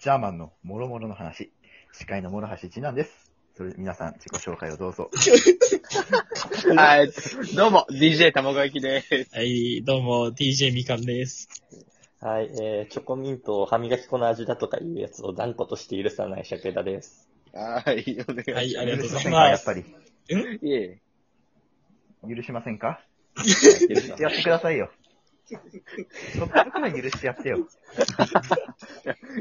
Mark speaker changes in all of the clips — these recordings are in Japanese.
Speaker 1: ジャーマンの諸々の話。司会の諸橋一南です。それ、皆さん、自己紹介をどうぞ。
Speaker 2: はい。どうも、DJ 玉川きです。
Speaker 3: はい、どうも、DJ みかんです。
Speaker 4: はい、えー、チョコミントを歯磨き粉の味だとかいうやつを断固として許さないシャケダです。
Speaker 2: はい、お願いします。
Speaker 3: はい、ありがとう
Speaker 1: 許
Speaker 3: ご
Speaker 1: せ
Speaker 3: ざい
Speaker 1: んか、
Speaker 3: ま
Speaker 1: やっ
Speaker 3: す
Speaker 1: ぱ。り。
Speaker 2: いえ
Speaker 1: 許しませんか
Speaker 4: 許さ
Speaker 1: やってくださいよ。ちょっとくらい許してやってよ。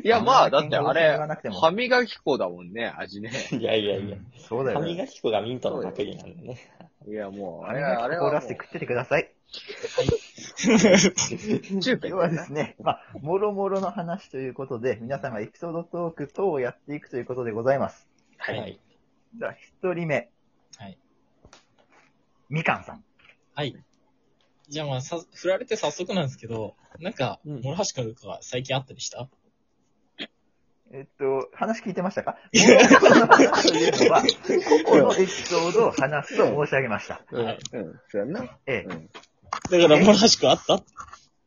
Speaker 2: いや、まあ、だってあ
Speaker 1: 言わなくて
Speaker 2: れ、
Speaker 1: も
Speaker 2: 歯磨き粉だもんね、味ね。
Speaker 4: いやいやいや、
Speaker 1: そうだ
Speaker 4: 歯
Speaker 1: よ、ね。
Speaker 4: 磨き粉がミントのパクリなんでね。
Speaker 2: いや、もう、あ
Speaker 1: あ
Speaker 2: れ
Speaker 1: れ
Speaker 2: は、
Speaker 1: は、
Speaker 2: あ
Speaker 1: あ
Speaker 2: れ
Speaker 1: れ
Speaker 2: はも
Speaker 1: 凍ら
Speaker 2: う、
Speaker 1: せて食っててください。
Speaker 2: 中
Speaker 1: 今
Speaker 2: ペ
Speaker 1: 日はですね、まあ、もろもろの話ということで、皆さんがエピソードトーク等をやっていくということでございます。
Speaker 3: はい
Speaker 4: はい。
Speaker 1: じゃあ、一人目。
Speaker 3: はい。
Speaker 1: みかんさん。
Speaker 3: はい。じゃあまあ、さ、振られて早速なんですけど、なんか、
Speaker 4: うん
Speaker 3: 諸橋くんとか最近あったりした
Speaker 1: えっと、話聞いてましたかもろもろの話というのは、このエピソードを話すと申し上げました。
Speaker 2: うん、うん、そうやんな。
Speaker 1: え
Speaker 2: うん。
Speaker 3: だから、諸橋くんあった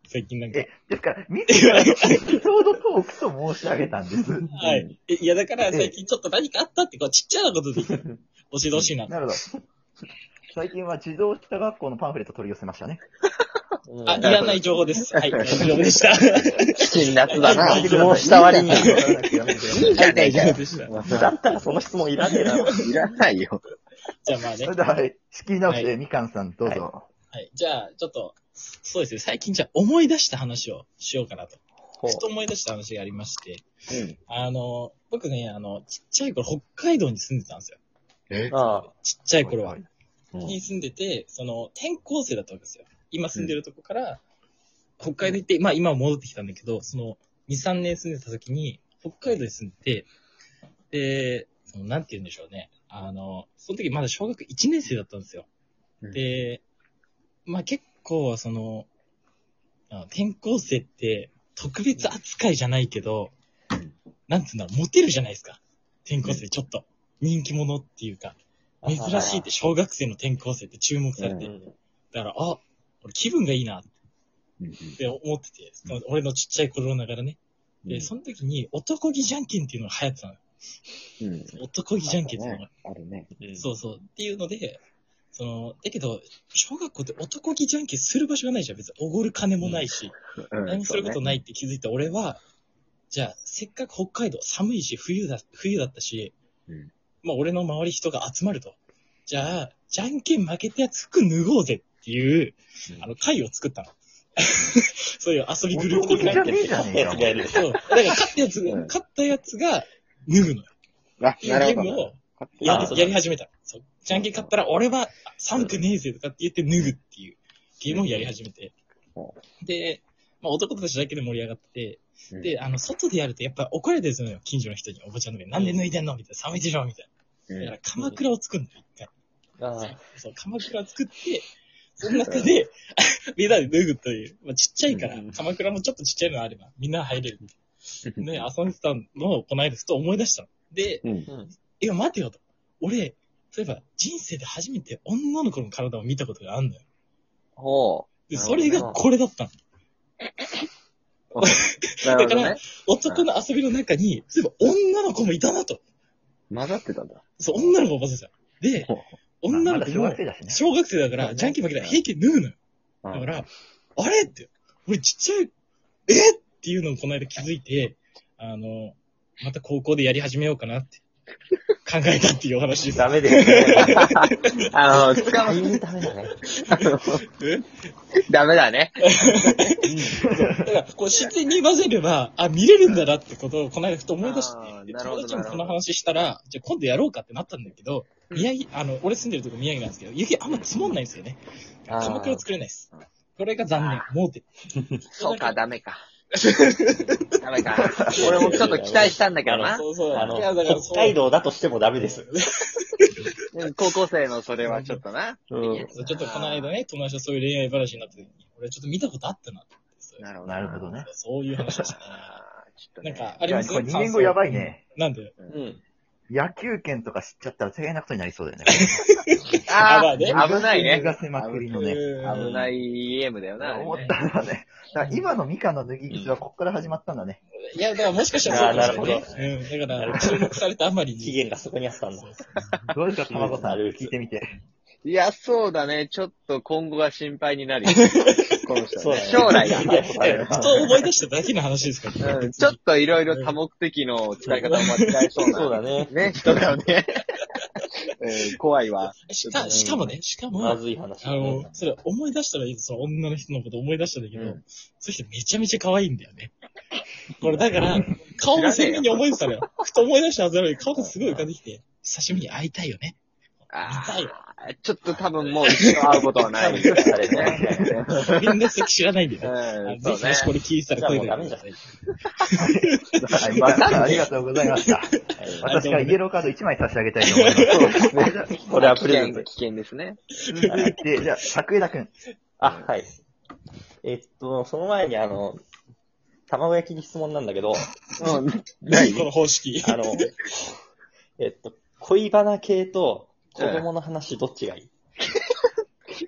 Speaker 3: 最近なん
Speaker 1: え、
Speaker 3: か。
Speaker 1: え、ですから、見てからのエピソードトークと申し上げたんです。
Speaker 3: はい。えいや、だから最近ちょっと何かあったって、こう、ちっちゃなことで、教えてほしいな。
Speaker 1: なるほど。最近は自動車学校のパンフレット取り寄せましたね。
Speaker 4: うん
Speaker 3: あ、いらない情報です。はい、大丈夫でした。は
Speaker 2: 新夏だな。
Speaker 4: 質問した割に
Speaker 1: いい
Speaker 2: じゃ
Speaker 3: い、
Speaker 2: ねえか
Speaker 3: 大丈
Speaker 2: よ
Speaker 3: 夫でした。
Speaker 4: だったらその質問いらねえだろ。
Speaker 2: いらないよ。
Speaker 3: じゃあまあね
Speaker 1: それ。では、はい仕切り直して、みかんさんどうぞ。
Speaker 3: はい。じゃあ、ちょっと、そうですね、最近じゃあ思い出した話をしようかなと。
Speaker 4: ほう
Speaker 3: ふと思い出した話がありまして、
Speaker 2: うん。
Speaker 3: あの、僕ね、あの、ちっちゃい頃、北海道に住んでたんですよ。
Speaker 2: え
Speaker 4: あ
Speaker 3: ちっちゃい頃は。
Speaker 1: い
Speaker 3: に住んでて、その、転校生だったわけですよ。今住んでるとこから、北海道行って、まあ今は戻ってきたんだけど、その、2、3年住んでた時に、北海道に住んでて、で、その、なんて言うんでしょうね。あの、その時まだ小学1年生だったんですよ。
Speaker 2: うん
Speaker 3: で、まあ結構、その、あの転校生って、特別扱いじゃないけど、なんつうんだろう、モテるじゃないですか。転校生、ちょっと。人気者っていうか。
Speaker 4: あ。
Speaker 3: 珍しいって、小学生の転校生って注目されて、
Speaker 4: う
Speaker 3: だ
Speaker 4: ん
Speaker 3: から、あ、俺気分がいいなっ
Speaker 2: うん
Speaker 3: て思ってて、その俺のちっちゃい頃ながらね。
Speaker 2: う
Speaker 3: で、
Speaker 2: ん
Speaker 3: その時に男気じゃんけんっていうのが流行ってたの。
Speaker 2: うん。
Speaker 3: 男気じゃんけんっていうのが。
Speaker 2: あるね。
Speaker 4: うん
Speaker 3: そうそう。っていうので、その、だけど、小学校って男気じゃんけんする場所がないじゃん。別におごる金もないし、
Speaker 2: うん
Speaker 3: 何もすることないって気づいた俺は、じゃあ、せっかく北海道寒いし、冬だ、冬だったし、
Speaker 2: うん
Speaker 3: まあ俺の周り人が集まると。じゃあ、じゃんけん負けたやつ服脱ごうぜっていう、
Speaker 2: うん
Speaker 3: あの、会を作ったの。 そういう遊びグループ
Speaker 1: 男気じ
Speaker 3: 的
Speaker 1: ゃ
Speaker 3: な。
Speaker 1: ねえじゃねえ
Speaker 4: やつがい
Speaker 1: か。
Speaker 4: る。
Speaker 3: そう。だから勝ったやつ、
Speaker 2: うん
Speaker 3: 勝ったやつが脱ぐのよ。
Speaker 2: あ、
Speaker 3: ゲ
Speaker 2: なる
Speaker 3: ー
Speaker 2: ほど。
Speaker 3: ムを
Speaker 4: な
Speaker 3: や
Speaker 4: るほど
Speaker 3: やり始めたの。そう。じゃんけん勝ったら俺は寒くねえぜとかって言って脱ぐっていうゲームをやり始めて
Speaker 2: うん。
Speaker 3: で、まあ男たちだけで盛り上がって、
Speaker 2: うん
Speaker 3: で、あの、外でやるとやっぱ怒られてるのよ、近所の人に。おばちゃんの上に。なんで脱いでんのみたいな。寒いでしょみたいな。だから鎌倉を作るのよ、一回。
Speaker 4: あ
Speaker 3: そう、鎌倉作って、その中で、 みんなで脱ぐという、まあ、ちっちゃいから
Speaker 2: うん、
Speaker 3: 鎌倉もちょっとちっちゃいのあれば、みんな入れる。
Speaker 2: うん
Speaker 3: ね、遊んでたのをこの間ふと思い出したの。で、
Speaker 2: うん。
Speaker 4: うん
Speaker 3: いや、待てよと。俺、そういえば人生で初めて女の子の体を見たことがあるのよ。
Speaker 2: ほ
Speaker 3: で、
Speaker 2: なる
Speaker 3: そ
Speaker 2: ほど
Speaker 3: れがこれだったの。
Speaker 2: う。なるほど
Speaker 3: だか
Speaker 2: ね
Speaker 3: ら。男の遊びの中に、そういえば女の子もいたなと。
Speaker 2: 混ざってたんだ。
Speaker 3: そう、女の子を混ぜた。 で
Speaker 2: ほう、
Speaker 3: 女
Speaker 1: ま
Speaker 3: の
Speaker 1: だ
Speaker 3: 子
Speaker 1: 小
Speaker 3: も
Speaker 1: 学、生だしね。
Speaker 3: 小学生だから、ジャンキー負けたら平気で脱ぐのよ。
Speaker 2: うん
Speaker 3: だから、あれって、俺ちっちゃい、えっていうのをこの間気づいて、あの、また高校でやり始めようかなって考えたっていうお話です。
Speaker 4: ダメですね。
Speaker 2: あの、使
Speaker 4: 大
Speaker 2: う、
Speaker 4: 変ダメだ
Speaker 2: ダメだね。
Speaker 3: え
Speaker 4: ね。
Speaker 3: だから、こう、自然に混ぜれば、あ、見れるんだなってことをこの間ふと思い出して
Speaker 2: あー、
Speaker 3: で
Speaker 2: なるほど
Speaker 3: 友達にもそ
Speaker 2: なる
Speaker 3: の
Speaker 2: ほど
Speaker 3: 話したら、じゃあ今度やろうかってなったんだけど、
Speaker 2: うん
Speaker 3: 宮城、あの、俺住んでるとこ宮城なんですけど、雪あんま積もんないんですよね。
Speaker 4: あー
Speaker 3: 鎌倉作れないです。これが残念、盲点。
Speaker 2: そうか、ダメ か。ダメか。俺もちょっと期待したんだけどな。
Speaker 3: そうそう。
Speaker 4: あの
Speaker 3: いやだから、、
Speaker 4: 北海道だとしてもダメです。
Speaker 2: うん高校生のそれはちょっとな。
Speaker 4: うん
Speaker 3: そうちょっとこの間ね、友達とそういう恋愛話になった時に、俺ちょっと見たことあったなって思ってそういう
Speaker 2: なるほど。
Speaker 1: なるほどね。
Speaker 3: そういう話でしたね。
Speaker 2: あーちょっと
Speaker 3: な
Speaker 2: ね
Speaker 3: んか、あ
Speaker 1: い
Speaker 3: り
Speaker 1: や
Speaker 3: ます
Speaker 1: これ2年後やばいね。
Speaker 3: なんで
Speaker 4: うん。
Speaker 1: 野球券とか知っちゃったら大変なことになりそうだよね。
Speaker 2: あー
Speaker 3: や
Speaker 2: 危ない
Speaker 1: 脱
Speaker 2: ね。
Speaker 1: がせまくりのね。
Speaker 2: 危
Speaker 3: い。
Speaker 2: ないゲームだよな。
Speaker 1: 思ったのはね。だから今のミカの脱ぎ口はこっから始まったんだね。
Speaker 3: いいや、だからもしかしたらそうかもしれ
Speaker 4: あー
Speaker 3: ないね。うん。だから、注目されたあまり
Speaker 4: 期
Speaker 3: に。
Speaker 4: 限がそこにあったんだ。
Speaker 1: どうですか、卵さん。
Speaker 4: ルーツ
Speaker 1: 聞いてみて。
Speaker 2: いや、そうだね。ちょっと今後が心配にな り。この人、
Speaker 4: そうだね
Speaker 2: 将来が。
Speaker 3: ふと思い出しただけの話ですから
Speaker 2: う
Speaker 3: ね。
Speaker 2: ん、ちょっといろいろ多目的の使い方を間違えそうな。
Speaker 4: そうだね。
Speaker 2: ね、人だよ ね。うん怖いわ。
Speaker 3: しか、しかもね、しかも、
Speaker 4: まずい話
Speaker 3: あ
Speaker 4: だ
Speaker 3: の
Speaker 4: ね。、
Speaker 3: それ思い出したらいいです。その女の人のこと思い出したんだけど、
Speaker 2: うん
Speaker 3: そしてめちゃめちゃ可愛いんだ よね。これだから、顔も鮮明に覚えてたのよ。ふと思い出したはずなのに顔がすごい浮かんできて、久しぶりに会いたいよね。
Speaker 2: あ
Speaker 3: 痛いわ
Speaker 2: ーちょっと多分もう一生会うことはない。
Speaker 4: 多分あれね
Speaker 3: みんな席知らないんだよね。あ
Speaker 2: う
Speaker 3: の
Speaker 2: ん、そう
Speaker 3: ぜひも
Speaker 2: ね
Speaker 3: し。これ聞いてたら声かけてください。
Speaker 1: はい、またありがとうございました。
Speaker 4: はい
Speaker 1: 私からイエローカード1枚差し上げたいと思います。
Speaker 4: これはプレゼ
Speaker 2: 危険
Speaker 4: ント
Speaker 2: 危。険ですね。
Speaker 1: 続いて、じゃあ、桜枝くん。
Speaker 4: あ、はい。えっと、その前にあの、卵焼きに質問なんだけ ど、
Speaker 2: うん。
Speaker 3: この方式。
Speaker 4: あの、えっと、恋バナ系と子供の話どっちがいい、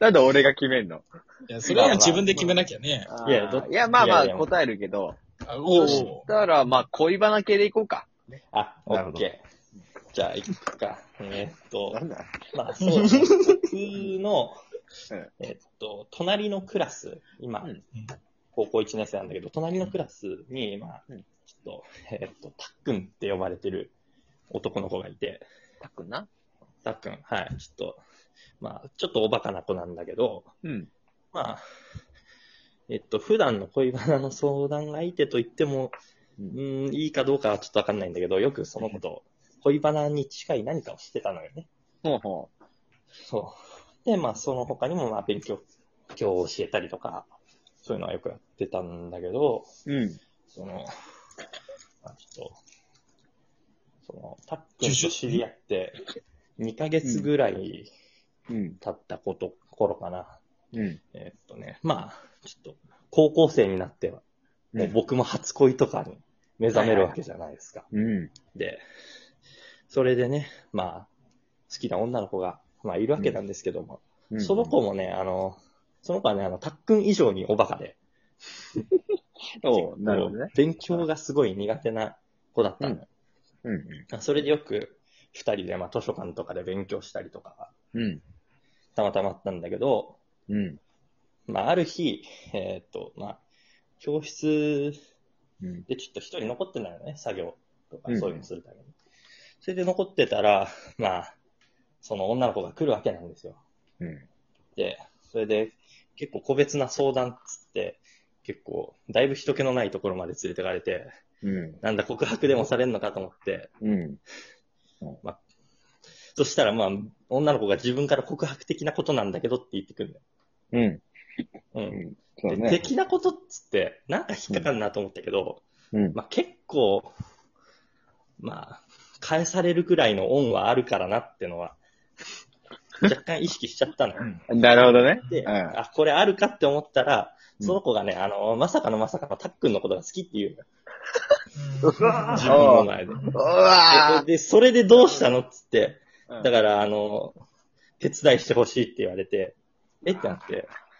Speaker 2: なんで俺が決めんの
Speaker 3: いやそれは自分で決めなきゃね。
Speaker 4: いやど
Speaker 2: いや、まあま
Speaker 4: いや
Speaker 2: あ
Speaker 4: いや
Speaker 2: 答えるけど。
Speaker 3: あお
Speaker 2: そうし、たら、まあ恋バナ系でいこうか。
Speaker 4: あ、オ
Speaker 1: なるほ
Speaker 4: ッ
Speaker 1: ど
Speaker 4: ケー。じゃあ、いくか。えっと、
Speaker 2: だ
Speaker 4: まあ、そうだね。僕の
Speaker 2: うん、
Speaker 4: えっと、隣のクラス、今、
Speaker 2: うん
Speaker 4: 高校1年生なんだけど、隣のクラスに、まあ、
Speaker 2: うん
Speaker 4: ちょっと、えっと、たっくんって呼ばれてる男の子がいて、
Speaker 2: たっくんな。
Speaker 4: たっくん、はい、ちょっと、まあ、ちょっとおバカな子なんだけど、
Speaker 2: うん。
Speaker 4: まあ、えっと、普段の恋バナの相談相手と言っても、うーん、いいかどうかはちょっとわかんないんだけど、よくその子と恋バナに近い何かをしてたのよね。
Speaker 2: ほうほ
Speaker 4: そう。で、まあ、その他にも、まあ、勉強、今日教えたりとか、そういうのはよくやってたんだけど、
Speaker 2: う。うん。
Speaker 4: その、まあ、ちょっと、その、たっくんと知り合って、2ヶ月ぐらい
Speaker 2: うん。
Speaker 4: 経ったこと、頃かな。
Speaker 2: うん。
Speaker 4: えっとね、まあ、ちょっと、高校生になっては、もう僕も初恋とかに目覚めるわけじゃないですか。
Speaker 2: うん。
Speaker 4: で、それでね、まあ、好きな女の子が、まあ、いるわけなんですけども、
Speaker 2: うん
Speaker 4: その子もね、あの、その子はね、あの、たっくん以上におバカで、
Speaker 2: おうなるほどね。
Speaker 4: 勉強がすごい苦手な子だったのよ、
Speaker 2: うん。
Speaker 4: それでよく、二人で、まあ、図書館とかで勉強したりとか、
Speaker 2: うん。
Speaker 4: たまたまあったんだけど、
Speaker 2: うん。
Speaker 4: まあ、ある日、えーっと、まあ、教室
Speaker 2: うん。
Speaker 4: でちょっと一人残ってないよね、作業と
Speaker 2: う
Speaker 4: か
Speaker 2: ん
Speaker 4: そういうのするために。それで残ってたら、 まあ、その女の子が来るわけなんですよ。
Speaker 2: うん。
Speaker 4: で、それで結構個別な相談っつって、結構、だいぶ人気のないところまで連れてかれて、
Speaker 2: うん。
Speaker 4: なんだ告白でもされんのかと思って、
Speaker 2: うん。
Speaker 4: そしたらまあ、女の子が自分から告白的なことなんだけどって言ってくるんだよ。
Speaker 2: うん。
Speaker 4: うん。
Speaker 2: そう
Speaker 4: で
Speaker 2: ね。
Speaker 4: 的なことっつって、なんか引っかかるなと思ったけど、
Speaker 2: うん。
Speaker 4: まあ、結構、まあ、返されるくらいの恩はあるからなってのは、 若干意識しちゃったのよ。
Speaker 2: なるほどね。
Speaker 4: で、
Speaker 2: うん
Speaker 4: あ、これあるかって思ったら、
Speaker 2: うん
Speaker 4: その子がね、あの、まさかのまさかのたっくんのことが好きって言うのよ
Speaker 1: うわ
Speaker 4: 自分の前で。
Speaker 2: うわ
Speaker 4: で、でそれでどうしたのっつって、
Speaker 2: ー
Speaker 4: だから、あの、手伝いしてほしいって言われて、えってなって、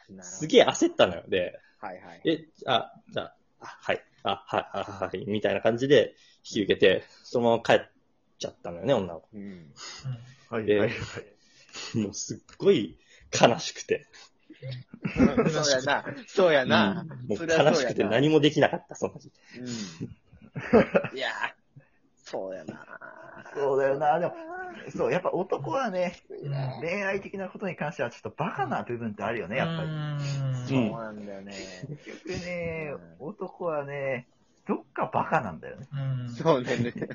Speaker 2: なるほ
Speaker 4: すげえ焦ったのよ。で、
Speaker 2: どはいはい。
Speaker 4: え、あ、じゃあ、あはい、あ、はい、あ、はい、みたいな感じで引き受けて、そのまま帰っちゃったのよね、女の
Speaker 2: うん。
Speaker 1: はい、
Speaker 4: で
Speaker 1: はい。
Speaker 4: 子。 もうすっごい悲しくて、
Speaker 2: そうやな。そうやな。
Speaker 4: もう
Speaker 2: そりゃそうやな
Speaker 4: 悲しくて何もできなかった、その時。
Speaker 2: うん。いやーそうやな。
Speaker 1: そうだよな。でも、そう、やっぱ男はね、恋愛的なことに関してはちょっとバカな部分ってあるよね、やっぱり。
Speaker 2: そううんなんだよね。
Speaker 1: 結局ね、男はね、どっかバカなんだよね。
Speaker 2: そうなんだよね。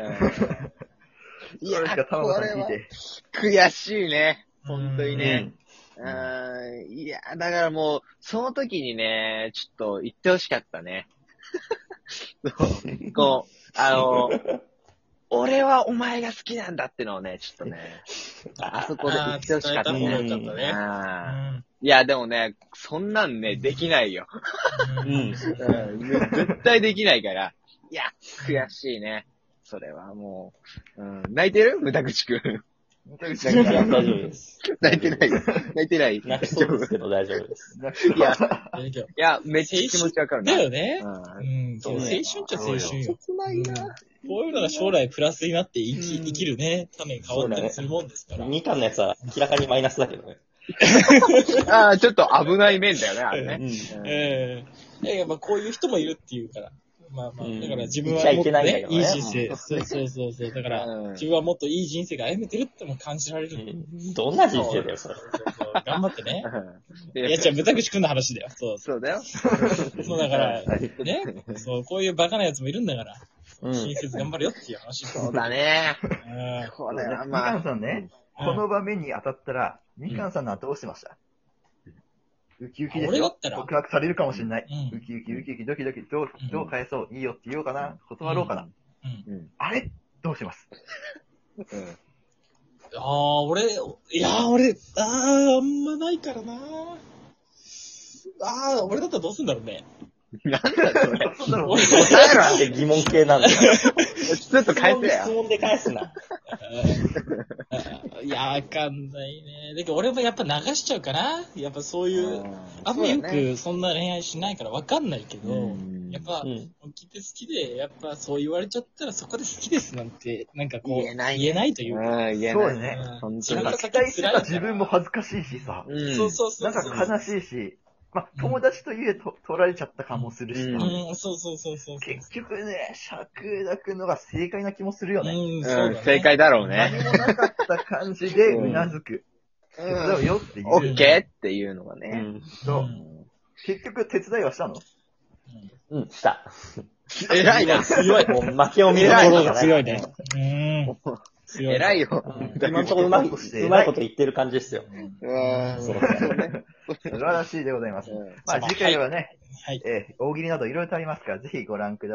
Speaker 2: うんいや
Speaker 1: どうですか、玉子
Speaker 2: こ
Speaker 1: さん
Speaker 2: れ
Speaker 1: 聞い
Speaker 2: は
Speaker 1: て。
Speaker 2: 悔しいね。本当にね。
Speaker 1: ん
Speaker 2: うんいや、だからもう、その時にね、ちょっと言ってほしかっ たね。そうこう、あの、俺はお前が好きなんだってのをね、ちょっとね、あそこで言
Speaker 3: あ
Speaker 2: ってほし
Speaker 3: ー、
Speaker 2: か
Speaker 3: 伝
Speaker 2: っ
Speaker 3: え
Speaker 2: た
Speaker 3: た方
Speaker 2: ね
Speaker 3: が。よかったね。
Speaker 2: あーいや、でもね、そんなんね、できないよ。
Speaker 4: うん。うん。
Speaker 2: うん絶対できないから。いや、悔しいね。それはもう、うん、泣いてる無駄口くん。
Speaker 1: 大
Speaker 4: 大丈夫です。
Speaker 2: 泣いてない。泣いてない。
Speaker 4: 泣きそうですけど大丈夫です。
Speaker 2: いや、
Speaker 3: だけど
Speaker 2: いや、めっちゃ気持ちわかる
Speaker 3: だ
Speaker 2: な。
Speaker 3: よね。
Speaker 2: う
Speaker 3: うんん。け
Speaker 4: そ
Speaker 3: ど
Speaker 4: う
Speaker 3: 青
Speaker 4: ね
Speaker 3: 春っちゃ青春よ。
Speaker 2: 切ないな。
Speaker 3: こういうのが将来プラスになって生き,、
Speaker 2: うん
Speaker 3: 生きるね、ために変わったりするもんですから。
Speaker 4: 2巻のやつは明らかにマイナスだけどね。
Speaker 2: ああ、ちょっと危ない面だよね、あれね。
Speaker 3: ええいやいや、まあこういう人もいるっていうから。まあまあ、
Speaker 4: うん
Speaker 3: だから自分は
Speaker 4: 言っちゃ
Speaker 3: もっと
Speaker 4: いけないんだ
Speaker 3: ね
Speaker 4: け、どね
Speaker 3: いい人生、
Speaker 4: うん
Speaker 3: そうそうそうそう、だから、
Speaker 2: うん
Speaker 3: 自分はもっといい人生が歩めてるっても感じられる。
Speaker 4: うんどんな人生だよ、そ
Speaker 3: そう
Speaker 4: れ。
Speaker 3: そう頑張ってね。
Speaker 2: うん
Speaker 3: いや、じゃあ、無田口くんの話だよ。そうそ
Speaker 2: そうだよ。
Speaker 3: う。そうだから、
Speaker 1: はい
Speaker 3: ね、そう、こういうバカなやつもいるんだから、
Speaker 4: うん。
Speaker 3: 親切頑張れよっていう話だ
Speaker 2: そうだね。
Speaker 3: うん
Speaker 2: これは
Speaker 1: み
Speaker 2: ま
Speaker 1: かん
Speaker 2: あ、
Speaker 1: さんね、この場面に当たったら、みかんさんの後どうしてましたウキウキで
Speaker 3: 俺
Speaker 1: し
Speaker 3: だ
Speaker 1: ょ
Speaker 3: ったら
Speaker 1: 告白されるかもしれない。
Speaker 3: うん
Speaker 1: ウキウキ、ウキウキ、ドキドキ、どう
Speaker 3: うん、
Speaker 1: どう返そういいよって言おうかな断ろうかな、
Speaker 3: うん
Speaker 2: うん。
Speaker 1: あれどうします
Speaker 3: ああ、俺、いやー、俺、ああ、あんまないからなー。ああ、俺だったらどうすんだろ うね。
Speaker 2: なんだそれ。
Speaker 1: そんなの
Speaker 3: 俺
Speaker 2: 答えろ
Speaker 4: なんで疑問系なんだよ。
Speaker 2: ちょっと返せ
Speaker 4: 質
Speaker 2: よ。
Speaker 4: 問で返すな。
Speaker 3: うん いや、わかんないね。だけど俺もやっぱ流しちゃうかな。やっぱそういう、あんまよくそんな恋愛しないからわかんないけど、
Speaker 2: うん
Speaker 3: やっぱ
Speaker 4: う、ん。
Speaker 3: 本気で好きで、やっぱそう言われちゃったらそこで好きですなんて、なんかこう、
Speaker 2: 言えないね
Speaker 3: 言えないというか。
Speaker 2: うん、言え
Speaker 1: そう
Speaker 2: な
Speaker 1: だ
Speaker 2: い。
Speaker 1: ね。
Speaker 3: う
Speaker 2: 本
Speaker 3: ん
Speaker 2: 当
Speaker 3: そ
Speaker 2: に
Speaker 3: れ
Speaker 1: なん
Speaker 3: が
Speaker 1: か期
Speaker 3: 先辛
Speaker 1: 待
Speaker 3: い
Speaker 1: して
Speaker 3: か
Speaker 1: た
Speaker 3: ら
Speaker 1: 自分も恥ずかしいしさ、
Speaker 2: うん
Speaker 3: そうそうそ
Speaker 1: な
Speaker 3: うんそ
Speaker 1: か
Speaker 3: う。
Speaker 1: 悲しいし、まあ友達と言えと取られちゃった感もするしさ、
Speaker 2: うん
Speaker 3: うん、そうそうそうそうそう。
Speaker 1: 結局ね、尺抱くのが正解な気もするよね。
Speaker 3: うん、そうだ
Speaker 2: う
Speaker 3: ね
Speaker 2: ん、正解だろうね。
Speaker 1: 何もなかった感じでうなずく。
Speaker 2: う。
Speaker 1: 手伝うんよって言
Speaker 2: オ
Speaker 1: う
Speaker 2: ッケーっていうのが
Speaker 4: う
Speaker 2: ね。
Speaker 4: ん。
Speaker 1: と、
Speaker 3: うん
Speaker 1: 結局手伝いは したの
Speaker 4: うん、した。
Speaker 2: 偉いな。
Speaker 4: 強い。もう負けを見るところがない。
Speaker 3: 強いね。うん。強
Speaker 2: 偉い
Speaker 3: よ。
Speaker 2: よ。
Speaker 4: 今のところうまい、うまいこと言ってる感じですよ。
Speaker 2: うん。
Speaker 4: そう
Speaker 1: 素晴らしいでございます。まあ次回はね、
Speaker 3: はい。
Speaker 1: えー大喜利などいろいろとありますから、ぜひご覧ください。